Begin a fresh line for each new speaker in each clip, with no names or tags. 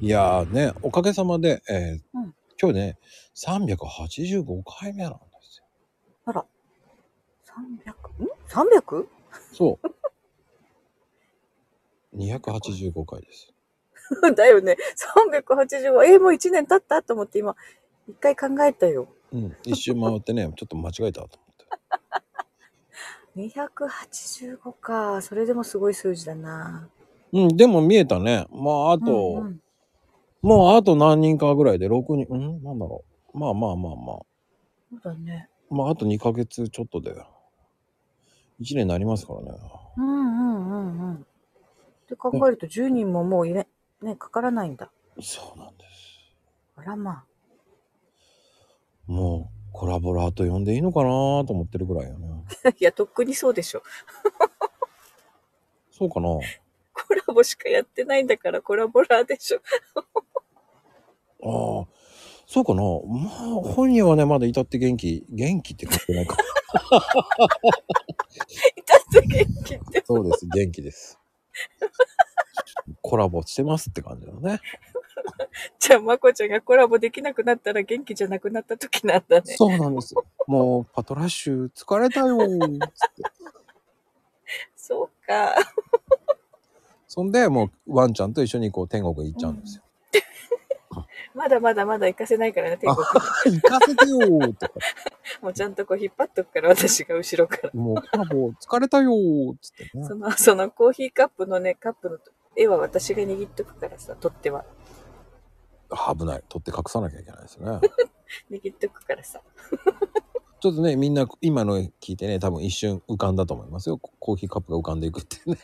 いやーね、おかげさまで、えー
うん
今日ね、385回目なんですよ。
あら。300? ん ?300?
そう。285回です。
だよね。380は、えーもう1年経ったと思って今、一回考えたよ。
うん。一周回ってね、ちょっと間違えたと思って。
285か。それでもすごい数字だな。
うん、でも見えたね。まあ、あと、
うんうん
もうあと何人かぐらいで6人、うんなんだろう。まあまあまあまあ。
そうだね。
まあ、あと2ヶ月ちょっとで、1年になりますからね。
うんうんうんうん。って考えると10人ももういれ、ね、かからないんだ。
そうなんです。
あらまあ。
もう、コラボラーと呼んでいいのかなーと思ってるぐらいよね。
いや、とっくにそうでしょ。
そうかな
コラボしかやってないんだからコラボラーでしょ。
ああ、そうかな。まあ、本人はね、まだ至って元気。元気って書いてない か。
いたって 元気って。
そうです、元気です。コラボしてますって感じだね。
じゃあ、まこちゃんがコラボできなくなったら元気じゃなくなった時なんだね。
そうなんです。もう、パトラッシュ、疲れたよーっつって。
そうか。
そんで、もう、ワンちゃんと一緒にこう、天国へ行っちゃうんですよ。
まだまだまだ行かせないからね、天
あ
国。
行かせてよーとか。
もうちゃんとこう引っ張っ とくから、私が後ろから。
もう、コラボ、疲れたよーっつってね
そ。の、 そのコーヒーカップのね、カップの絵は私が握っとくからさ、取っては。
危ない。取って隠さなきゃいけないですね。
握っとくからさ。
ちょっとね、みんな今の聞いてね、多分一瞬浮かんだと思いますよ。ココーヒーカップが浮かんでいくってね。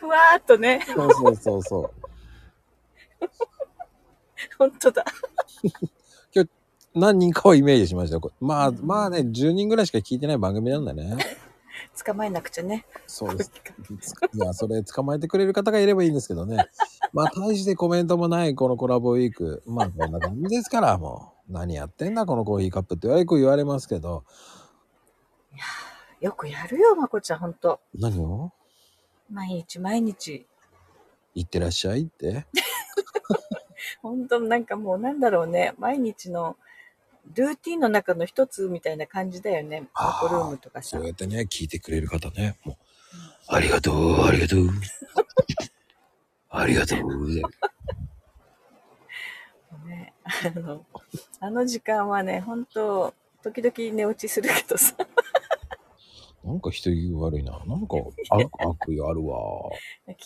ふわーっとね、
そうそうそうそう。
ほんとだ。
何人かをイメージしましたよ。これまあ、
うん
まあね、10人ぐらいしか聞いてない番組なんだね。
捕まえなくちゃね。
そう です。いや、それ捕まえてくれる方がいればいいんですけどね。まあ、大してコメントもないこのコラボウィーク。まあ、こんな感じですから、もう。何やってんだ、このコーヒーカップってよく言われますけど。
よくやるよ、まこちゃん、ほんと。
何を
毎日毎日。
言ってらっしゃいって。
本当なんかもうなんだろうね毎日のルーティンの中の一つみたいな感じだよね
あー
ワコルームとかさ
そうやってね、聞いてくれる方ね。もう、ありがとう、ありがとう。ありがとう。
ねあのあの時間はね本当時々寝落ちするけどさ
なんか人言う悪いな。なんか悪悪意あるわ。
聞い